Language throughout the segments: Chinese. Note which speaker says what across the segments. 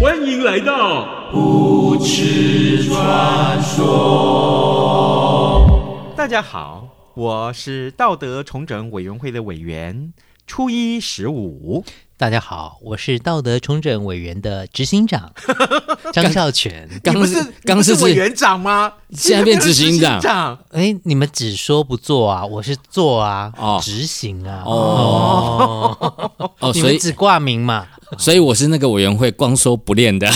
Speaker 1: 欢迎来到
Speaker 2: 大家好，我是道德重整委员会的委员，初一十五。
Speaker 3: 大家好，我是道德重整委员的执行 长张孝全。
Speaker 2: 你
Speaker 4: 刚
Speaker 2: 不是
Speaker 4: 刚
Speaker 2: 你不是
Speaker 4: 是
Speaker 2: 委员长吗？
Speaker 4: 现在变执行长
Speaker 2: 你不是长
Speaker 3: 哎，你们只说不做啊，我是做啊，
Speaker 4: 哦
Speaker 3: 执行啊。
Speaker 4: 哦哦，
Speaker 3: 你
Speaker 4: 所
Speaker 3: 们
Speaker 4: 以
Speaker 3: 只挂名嘛？
Speaker 4: 所以我是那个委员会光说不练的，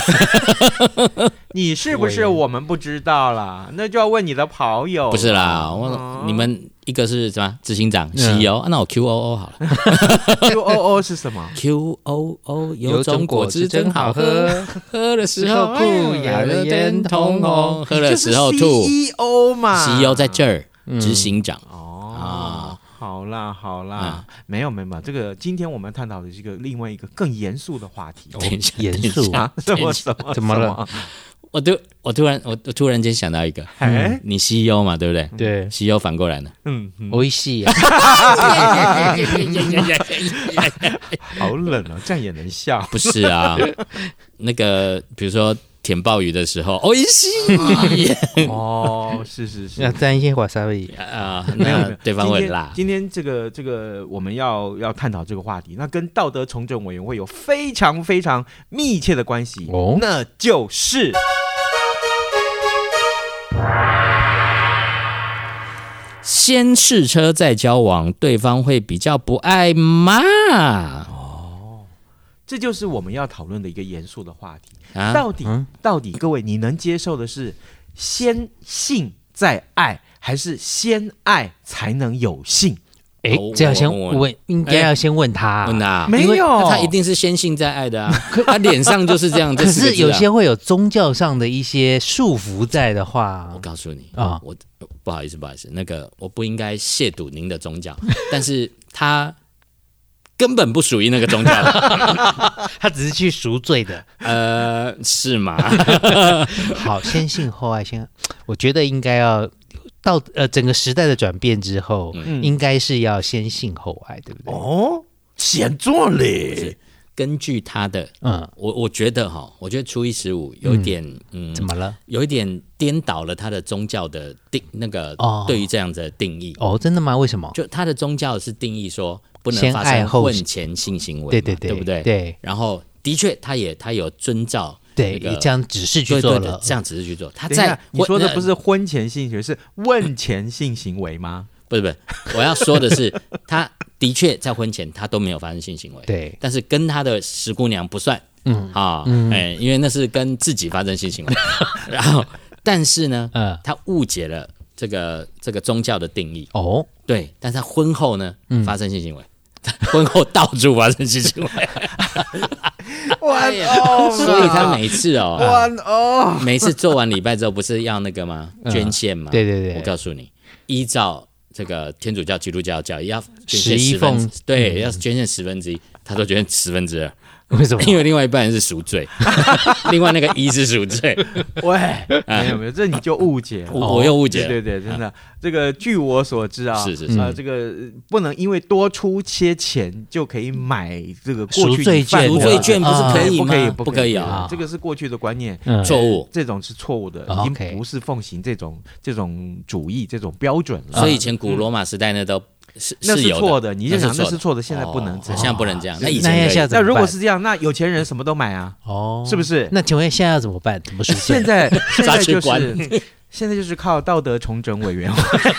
Speaker 2: 你是不是我们不知道啦？那就要问你的跑友。
Speaker 4: 不是啦，我你们一个是什么执行长 CEO，、啊那我 QOO 好了
Speaker 2: ，Q O O 是什么？
Speaker 4: ，QOO 有种果汁真好喝，，喝的时候
Speaker 2: 哎呦
Speaker 4: 吐，咬了天通红，喝的时候
Speaker 2: 就
Speaker 4: 吐
Speaker 2: 是 CEO 嘛嗯
Speaker 4: ，CEO 在这儿，执行长
Speaker 2: 哦。好啦好啦，没有没有没有，这个今天我们探讨的是一个另外一个更严肃的话题。
Speaker 4: 等一下，
Speaker 3: 严
Speaker 4: 等一下
Speaker 3: 肃
Speaker 2: 啊，什么什么
Speaker 3: 怎么了？
Speaker 4: 我突我突然我我突然间想到一个，
Speaker 2: 哎，
Speaker 4: 你 CEO 嘛，对不对？
Speaker 3: 对，
Speaker 4: ，CEO 反过来呢，
Speaker 2: 嗯，嗯
Speaker 3: 微戏 啊，
Speaker 2: 好冷哦，这样也能笑。
Speaker 4: 不是 啊，那个比如说舔鲍鱼的时候，哦，一 吸
Speaker 2: 哦，是是是
Speaker 3: 要，沾一些瓦萨比。
Speaker 4: 啊，
Speaker 2: 没有没
Speaker 4: 那
Speaker 2: 有
Speaker 4: 对方
Speaker 2: 今
Speaker 4: 会
Speaker 2: 天
Speaker 4: 辣。
Speaker 2: 今天这个这个我们要要探讨这个话题，那跟道德重整委员会有非常非常密切的关系，
Speaker 3: 哦
Speaker 2: 那就是
Speaker 4: 先试车再交往，对方会比较不爱嘛？
Speaker 2: 啊这就是我们要讨论的一个严肃的话题。
Speaker 4: 啊，
Speaker 2: 到底、到底，各位你能接受的是先性再爱，还是先爱才能有性？
Speaker 3: 哎
Speaker 4: 哦，
Speaker 3: 这要先
Speaker 4: 我我哎
Speaker 3: 问，应该要先问他。
Speaker 4: 问他，
Speaker 2: 没有，
Speaker 4: 啊他一定是先性再爱的啊， 他脸上就是这样。这
Speaker 3: 可
Speaker 4: 四个
Speaker 3: 是
Speaker 4: 字啊
Speaker 3: 有些，会有宗教上的一些束缚在的话
Speaker 4: 我，告诉你
Speaker 3: 啊
Speaker 4: 啊，我不好意思，不好意思，那个我不应该亵渎您的 宗教，但是他根本不属于那个宗教。
Speaker 3: 他只是去赎罪的。
Speaker 4: 呃，是吗？
Speaker 3: 好，先性后爱先，我觉得应该要到呃整个时代的转变之后，
Speaker 4: 嗯
Speaker 3: 应该是要先性后爱，对不对？
Speaker 2: 哦，显做嘞，
Speaker 4: 根据他的，
Speaker 3: 嗯，
Speaker 4: 我我觉得哈，我觉得初一十五有一点，嗯，
Speaker 3: 怎么了？
Speaker 4: 有一点颠倒了他的宗教的定那个
Speaker 3: 哦
Speaker 4: 对于这样子的定义。
Speaker 3: 哦，真的吗？为什么？
Speaker 4: 就他的宗教是定义说不
Speaker 3: 先
Speaker 4: 能发
Speaker 3: 爱
Speaker 4: 生
Speaker 3: 后
Speaker 4: 婚前性行为嘛，
Speaker 3: 对对
Speaker 4: 对，
Speaker 3: 对
Speaker 4: 不对？
Speaker 3: 对。
Speaker 4: 然后的确，他也他有遵照
Speaker 3: 对，
Speaker 4: 那个
Speaker 3: 这样只是去
Speaker 4: 对
Speaker 3: 做
Speaker 4: 对
Speaker 3: 了
Speaker 4: 对，，这样只是去做。他
Speaker 2: 等一下
Speaker 4: 在，呃
Speaker 2: 你说的不
Speaker 4: 那
Speaker 2: 是婚前性行为，是问前性行为吗？
Speaker 4: 不是不是，我要说的 是，他的确在婚前他都没有发生性行为，
Speaker 3: 对，
Speaker 4: 但是跟他的十姑娘不算，
Speaker 3: 嗯
Speaker 4: 啊，哎、因为那是跟自己发生性 行为，然后但是呢，
Speaker 3: 嗯，
Speaker 4: 他误解了这个这个宗教的定义，
Speaker 3: 哦，
Speaker 4: 对，但是他婚后呢，
Speaker 3: 嗯
Speaker 4: 发生性行为。 婚后到处发生 性行为，
Speaker 2: 哇
Speaker 4: 呀
Speaker 2: 哦
Speaker 4: 哎所以他每次哦，
Speaker 2: 哇哦，
Speaker 4: 每次做完礼拜之后不是要那个吗？捐献吗？
Speaker 3: 嗯对对
Speaker 4: 我
Speaker 3: 对，
Speaker 4: 告诉你，依照这个天主教、基督教教义，要捐
Speaker 3: 十
Speaker 4: 献
Speaker 3: 一
Speaker 4: 十分之
Speaker 3: 奉，嗯
Speaker 4: 对，要捐献十分之一，他都捐献十分之二，
Speaker 3: 为什么？
Speaker 4: 因为另外一半人是赎罪， 另外那个一是 赎罪，
Speaker 2: 喂，没有没有，这你就误解了。
Speaker 4: 哎我我又误解
Speaker 2: 对
Speaker 4: 了。
Speaker 2: 对对，真的，这个据我所知啊，
Speaker 4: 是是是
Speaker 2: 呃，这个呃不能因为多出些钱就可以买这个过
Speaker 3: 赎
Speaker 2: 去
Speaker 3: 罪
Speaker 2: 你犯
Speaker 3: 券
Speaker 4: 赎
Speaker 2: 过的
Speaker 4: 罪券不是
Speaker 3: 啊
Speaker 4: 可以
Speaker 2: 不
Speaker 4: 吗？
Speaker 2: 可以
Speaker 4: 不
Speaker 2: 不可
Speaker 4: 可
Speaker 2: 以
Speaker 4: 以
Speaker 3: 啊
Speaker 4: 啊！
Speaker 2: 这个是过去的观念，
Speaker 3: 嗯
Speaker 4: 错误，
Speaker 2: 这种是错误的，
Speaker 3: 哦
Speaker 2: 已经
Speaker 3: OK
Speaker 2: 不是奉行这种这种主义这种标准
Speaker 3: 嗯
Speaker 2: 了，
Speaker 4: 所以以前古罗马时代那都是
Speaker 2: 那是
Speaker 4: 有
Speaker 2: 错的。你就想
Speaker 4: 那
Speaker 2: 那
Speaker 4: 是
Speaker 2: 是错的，现在不能
Speaker 4: 哦
Speaker 2: 这
Speaker 4: 现在
Speaker 2: 样。
Speaker 4: 不能这样。那以
Speaker 3: 那要
Speaker 4: 前可
Speaker 3: 现在
Speaker 4: 以
Speaker 3: 怎
Speaker 2: 那
Speaker 3: 么
Speaker 2: 如果
Speaker 3: 办
Speaker 2: 是这样，那有钱人什么都买啊，
Speaker 3: 哦，
Speaker 2: 是不
Speaker 3: 是？
Speaker 2: 是？
Speaker 3: 那请问现在要怎么办？怎么赎罪？
Speaker 2: 现在现在
Speaker 4: 抓去
Speaker 2: 就
Speaker 4: 关
Speaker 2: 是 现在就是靠道德重整委员会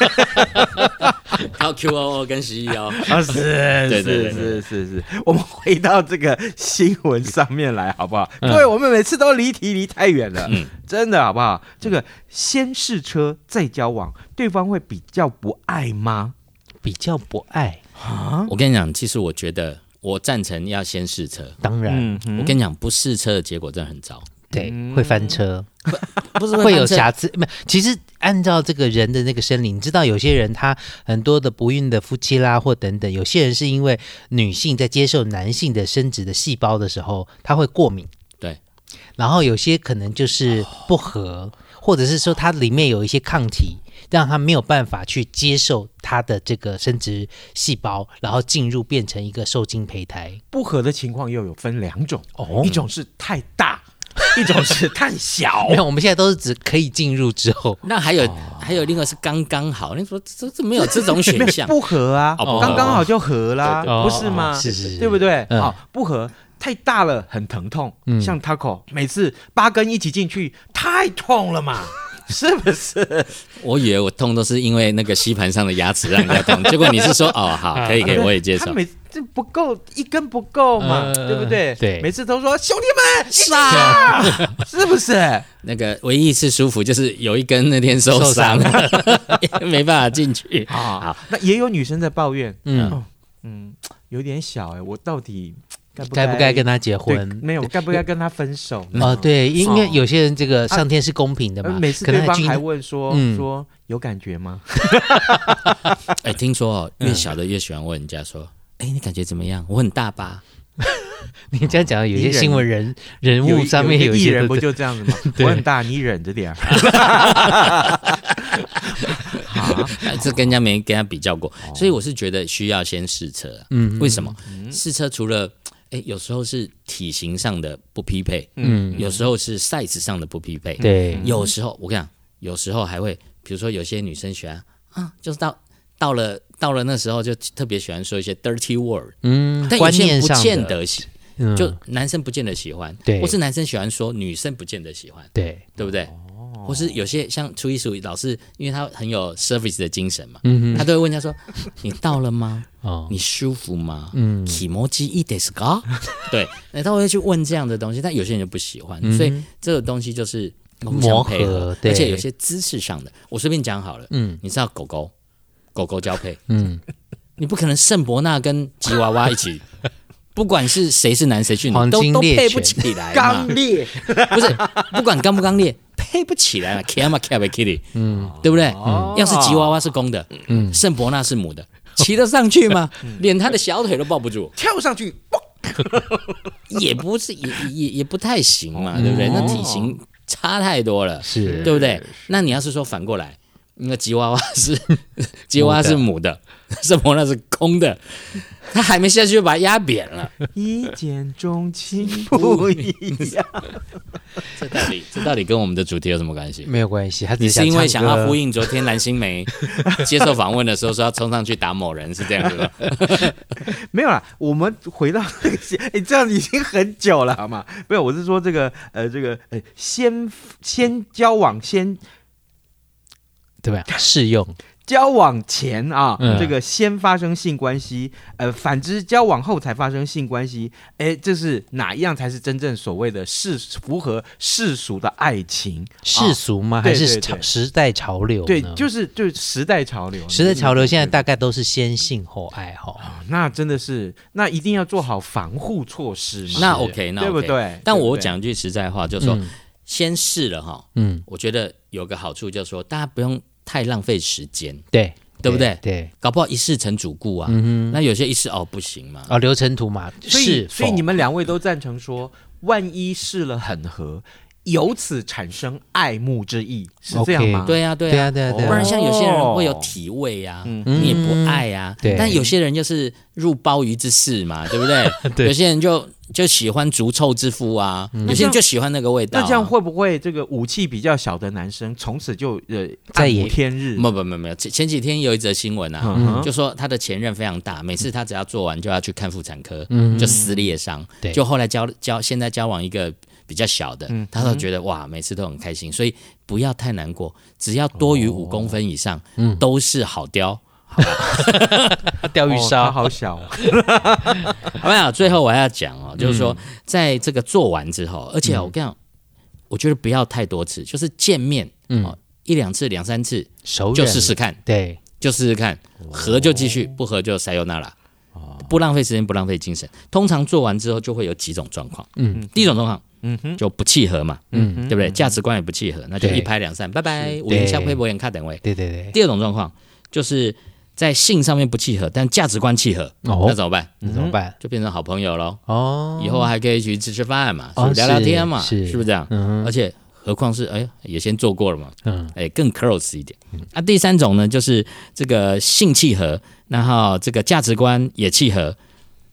Speaker 4: 靠 QOO 跟十一哦，
Speaker 2: 啊，是
Speaker 4: 对
Speaker 2: 是
Speaker 4: 对对
Speaker 2: 是是是， 我们回到这个新闻上面来好不好？各位，我们每次都离题离太远了，
Speaker 4: 嗯
Speaker 2: 真的好不好？这个先试车再交往，对方会比较不爱吗？
Speaker 3: 比较不爱，
Speaker 2: 啊，
Speaker 4: 我跟你讲，其实我觉得我赞成要先试车。
Speaker 3: 当然、
Speaker 2: 嗯
Speaker 4: 我
Speaker 2: 哼，
Speaker 4: 跟你讲，不试车的结果真的很糟，
Speaker 3: 对会翻车，
Speaker 4: 不是
Speaker 3: 会有
Speaker 4: 瑕。
Speaker 3: 瑕疵。没有，其实按照这个人的那个生理，你知道有些人他很多的不孕的夫妻啦，或等等，有些人是因为女性在接受男性的生殖的细胞的时候，他会过敏。
Speaker 4: 对，
Speaker 3: 然后有些可能就是不合，或者是说它里面有一些抗体，让他没有办法去接受他的这个生殖细胞，然后进入变成一个受精胚胎。
Speaker 2: 不合的情况又有分两种，
Speaker 4: 哦
Speaker 2: 一种是太大，一种是太小
Speaker 3: 没。有，我们现在都是只可以进入之后，
Speaker 4: 那还有、还有另外是刚刚好，你说这 这没有这种选项，
Speaker 2: 不合啊，
Speaker 4: 哦不合
Speaker 2: 刚刚好就合啦，
Speaker 3: 对对
Speaker 2: 不是吗？
Speaker 3: 哦是是是
Speaker 2: 对不对？
Speaker 3: 嗯
Speaker 2: 好，不合太大了，很疼痛。
Speaker 3: 嗯
Speaker 2: 像 Taco 每次八根一起进去，太痛 了嘛，是不是？
Speaker 4: 我以为我痛都是因为那个吸盘上的牙齿让人家 痛，结果你是说哦好，可以可以，我也接
Speaker 2: 他
Speaker 4: 受。
Speaker 2: 每次这不够一根不够嘛，
Speaker 3: 嗯
Speaker 2: 对不对？
Speaker 3: 对
Speaker 2: 每次都说兄弟们杀， 是不是？
Speaker 4: 那个唯一一次舒服就是有一根那天受伤， 没办法进 去。
Speaker 2: 啊，那也有女生在抱怨，
Speaker 3: 嗯
Speaker 2: 哦嗯，有点小哎，我到底该不
Speaker 3: 该不该跟他结
Speaker 2: 对
Speaker 3: 婚？
Speaker 2: 没有，该不该跟他分手呢？
Speaker 3: 哦，对，因为
Speaker 2: 哦
Speaker 3: 有些人这个上天是公平的
Speaker 2: 呃
Speaker 3: 嘛，
Speaker 2: 每次
Speaker 3: 可
Speaker 2: 对
Speaker 3: 能
Speaker 2: 方
Speaker 3: 均
Speaker 2: 还问说、
Speaker 3: 嗯
Speaker 2: 说有感觉吗？
Speaker 4: 哎，听说哦，越小的越喜欢问人家说，哎，你感觉怎么样？我很大吧？
Speaker 3: 你这样讲，有些
Speaker 2: 你忍
Speaker 3: 新闻人人
Speaker 2: 有
Speaker 3: 物
Speaker 2: 一
Speaker 3: 上面
Speaker 2: 有
Speaker 3: 一
Speaker 2: 一
Speaker 3: 些
Speaker 2: 个艺人
Speaker 3: 都
Speaker 2: 不就这样子吗？
Speaker 3: 对
Speaker 2: 我很大，你忍着 点儿。
Speaker 4: 哎这跟人家没跟人家比较过，所以我是觉得需要先试车啊。
Speaker 3: 哦嗯
Speaker 4: 为什么？试车除了哎，有时候是体型上的不匹配，
Speaker 3: 嗯
Speaker 4: 有时候是 size 上的不匹配，
Speaker 3: 对
Speaker 4: 有时候我跟你讲，有时候还会，比如说有些女生喜欢啊，就是到到了到了那时候就特别喜欢说一些 dirty word，
Speaker 3: 嗯
Speaker 4: 但有
Speaker 3: 观
Speaker 4: 些人
Speaker 3: 念
Speaker 4: 不
Speaker 3: 上
Speaker 4: 见
Speaker 3: 的
Speaker 4: 得喜，
Speaker 3: 嗯
Speaker 4: 就男生不见得喜欢，
Speaker 3: 对
Speaker 4: 或是男生喜欢说，女生不见得喜欢，
Speaker 3: 对
Speaker 4: 对不对？或是有些像初一十五老师，因为他很有 service 的精神嘛，
Speaker 3: 嗯
Speaker 4: 他都会问他说：“ 你到了吗？
Speaker 3: 哦
Speaker 4: 你舒服吗？”
Speaker 3: 嗯
Speaker 4: 体摩机一 d i s 对，那他会去问这样的东西，但有些人就不喜欢，
Speaker 3: 嗯哼
Speaker 4: 所以这个东西就是互相配
Speaker 3: 磨
Speaker 4: 合
Speaker 3: 合，对
Speaker 4: 而且有些姿势上的，我随便讲好了，
Speaker 3: 嗯
Speaker 4: 你知道狗狗狗狗交配，
Speaker 3: 嗯，
Speaker 4: 你不可能圣伯纳跟吉娃娃一 起。不管是谁是男谁是女，
Speaker 3: 黄
Speaker 4: 都
Speaker 3: 金
Speaker 4: 都
Speaker 3: 猎
Speaker 4: 配
Speaker 3: 犬
Speaker 4: 不起来嘛
Speaker 3: 啊
Speaker 2: 刚，烈，
Speaker 4: 不是，不管刚不刚 烈，配不起来嘛，K 嘛 K 嘛 Kitty，
Speaker 3: 嗯，
Speaker 4: 对不对？
Speaker 2: 哦
Speaker 4: 要是吉娃娃是公的，
Speaker 3: 嗯
Speaker 4: 圣伯纳是母的，骑得上去 吗？连他的小腿都抱不住，
Speaker 2: 跳上去，嘣
Speaker 4: 也不是，也也也不太行嘛，对不对？那体型差太多了，
Speaker 3: 是
Speaker 4: 对不对？那你要是说反过来，那吉娃娃 是吉娃娃是母的，圣伯纳是公的，他还没下去就把它压扁了，
Speaker 2: 一见钟情不一样。
Speaker 4: 这到底这到底跟我们的主题有什么关系？
Speaker 3: 没有关系，他只
Speaker 4: 你是因为想
Speaker 3: 唱歌
Speaker 4: 要呼，应昨天蓝 心湄接受访问的时候说要冲上去打某人，是这样子 吗？
Speaker 2: 没有啦，我们回到这个，哎，这样已经很久了，好吗？没有，我是说这个，呃，这个，呃，先先交往，先
Speaker 3: 对吧？适
Speaker 2: 哦
Speaker 3: 用，
Speaker 2: 交往前啊，
Speaker 3: 嗯
Speaker 2: 这个先发生性关系，呃，反之交往后才发生性关系，哎，这是哪一样才是真正所谓的世符合世俗的爱情？
Speaker 3: 世俗吗？
Speaker 2: 对
Speaker 3: 还是
Speaker 2: 对
Speaker 3: 潮
Speaker 2: 对
Speaker 3: 时代潮流呢？哦
Speaker 2: 对，就是就是时代潮流，
Speaker 3: 时代潮流，现在
Speaker 2: 大。
Speaker 3: 大概都是先性后爱哈。
Speaker 2: 那真的是，那一定要做好防护措施嘛。
Speaker 4: 那 OK，那 OK
Speaker 2: 对不对
Speaker 4: 但
Speaker 2: 对
Speaker 4: 我
Speaker 2: 不对
Speaker 4: 讲句实在话，
Speaker 2: 嗯
Speaker 4: 就是说、先试了哈，
Speaker 3: 嗯，
Speaker 4: 我觉得有个好处就是说，大家不用太浪费时间，
Speaker 3: 对，嗯
Speaker 4: 对不对
Speaker 3: 对，
Speaker 4: 搞不好一试成主顾啊。那有些一试哦不行嘛，
Speaker 3: 哦，流程图嘛，
Speaker 2: 所以
Speaker 3: 是
Speaker 2: 所以
Speaker 3: 否
Speaker 2: 你们两位都赞成说，万一试了很合，由此产生爱慕之意，是这样吗？
Speaker 4: 对呀、对
Speaker 3: 对
Speaker 4: 呀、
Speaker 3: 啊，对啊，对
Speaker 4: 不
Speaker 3: 啊
Speaker 4: 然，像有些人会有
Speaker 2: 哦
Speaker 4: 体味呀、
Speaker 2: 嗯
Speaker 4: 你也不爱呀、
Speaker 3: 对
Speaker 4: 但有些人就是入鲍鱼之肆嘛，对不对？
Speaker 3: 对嗯
Speaker 4: 有些人就就喜欢逐臭之夫啊，有些人就喜欢那个味道、啊。
Speaker 2: 那这样会不会这个武器比较小的男生从此就呃
Speaker 3: 再
Speaker 2: 暗无
Speaker 3: 也
Speaker 2: 天日？
Speaker 4: 没有没有没有，前前几天有一则新闻啊，
Speaker 2: 嗯哼
Speaker 4: 就说他的前任非常大，每次他只要做完就要去看妇产科，
Speaker 3: 嗯
Speaker 4: 就撕裂伤。
Speaker 3: 对
Speaker 4: 就后来交交现在交往一个比较小的，
Speaker 2: 嗯
Speaker 4: 他都觉得哇，每次都很开心，所以不要太难过，只要多于五公分以
Speaker 2: 哦
Speaker 4: 上，
Speaker 2: 嗯
Speaker 4: 都是好雕。
Speaker 3: 钓鱼
Speaker 2: 哦
Speaker 3: 烧、
Speaker 2: 它好小哦，
Speaker 4: 好不好？最后我还要讲哦，
Speaker 2: 嗯
Speaker 4: 就是说，在这个做完之后，而且我跟你讲，我觉得不要太多次，就是见面，哦，一两次、两三次
Speaker 3: 嗯熟人
Speaker 4: 就试试看，
Speaker 3: 对，
Speaker 4: 就试试看，合就继续，
Speaker 3: 哦
Speaker 4: 不合就塞尤那拉，不浪费时间，不浪费精神。通常做完之后就会有几种状况，嗯，第一种状况，嗯哼，就不契合嘛，嗯，对不对？价值观也不契合，那就
Speaker 3: 对
Speaker 4: 一拍两散，拜拜，五元下
Speaker 3: 对
Speaker 4: 亏，博眼看等位。
Speaker 3: 对对对，
Speaker 4: 第二种状况就是在性上面不契合，但价值观契合，
Speaker 3: 哦
Speaker 4: 那怎么办？
Speaker 3: 那怎么办？
Speaker 4: 就变成好朋友喽。
Speaker 3: 哦，
Speaker 4: 以后还可以一起吃吃饭嘛，
Speaker 3: 哦
Speaker 4: 是不是聊聊
Speaker 3: 是
Speaker 4: 天嘛，
Speaker 3: 是
Speaker 4: 是不是这样？
Speaker 3: 嗯
Speaker 4: 而且何况是哎，也先做过了嘛，
Speaker 3: 嗯，
Speaker 4: 哎，更 close 一点。那、第三种呢，就是这个性契合，然后这个价值观也契合，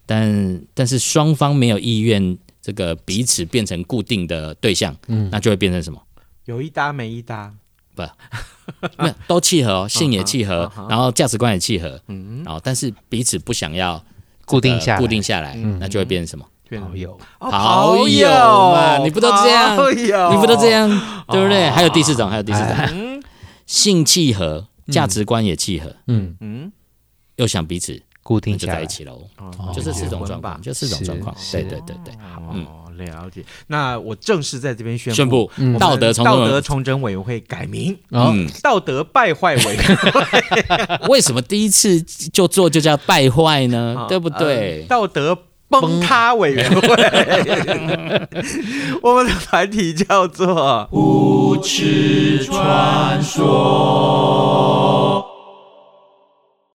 Speaker 4: 但但是双方没有意愿，这个彼此变成固定的对象，
Speaker 3: 嗯
Speaker 4: 那就会变成什么？
Speaker 2: 有一搭没一搭，
Speaker 4: 没有都契合、哦，性也契合，
Speaker 2: 啊哈啊哈
Speaker 4: 然后价值观也契合，
Speaker 2: 嗯
Speaker 4: 然后但是彼此不想要、
Speaker 3: 嗯固定下来，
Speaker 4: 呃
Speaker 3: 嗯
Speaker 4: 固定下来，那就会变成什么？
Speaker 2: 变
Speaker 3: 好友，
Speaker 2: 哦
Speaker 4: 好
Speaker 2: 好
Speaker 4: 友
Speaker 2: 友
Speaker 4: 嘛你不都这样
Speaker 2: 好友
Speaker 3: 哦
Speaker 4: 你不都这？样，对不对？还有第四种，还有第四种，
Speaker 3: 哎
Speaker 2: 嗯
Speaker 4: 性契合，价值观也契合，
Speaker 3: 嗯，
Speaker 2: 嗯，
Speaker 4: 又想彼此，
Speaker 3: 固
Speaker 4: 那
Speaker 3: 定
Speaker 4: 就
Speaker 3: 下
Speaker 4: 在
Speaker 3: 来
Speaker 4: 一，起喽。
Speaker 2: 哦
Speaker 4: 就这四种状
Speaker 2: 结婚吧
Speaker 4: 况，就四种
Speaker 3: 是
Speaker 4: 状况。对对对对，
Speaker 2: 哦，了解。那我正式在这边宣
Speaker 4: 宣布
Speaker 2: 我们
Speaker 4: 道德重
Speaker 2: 嗯道德
Speaker 4: 整。
Speaker 2: 重整委员会改名，
Speaker 3: 哦
Speaker 4: 嗯，
Speaker 2: 道德败坏委员会，
Speaker 4: 为什么第一次就做就叫败坏 呢？对不
Speaker 2: 呃
Speaker 4: 对？
Speaker 2: 道德崩塌委员 会，我们的团体叫做
Speaker 1: 传说。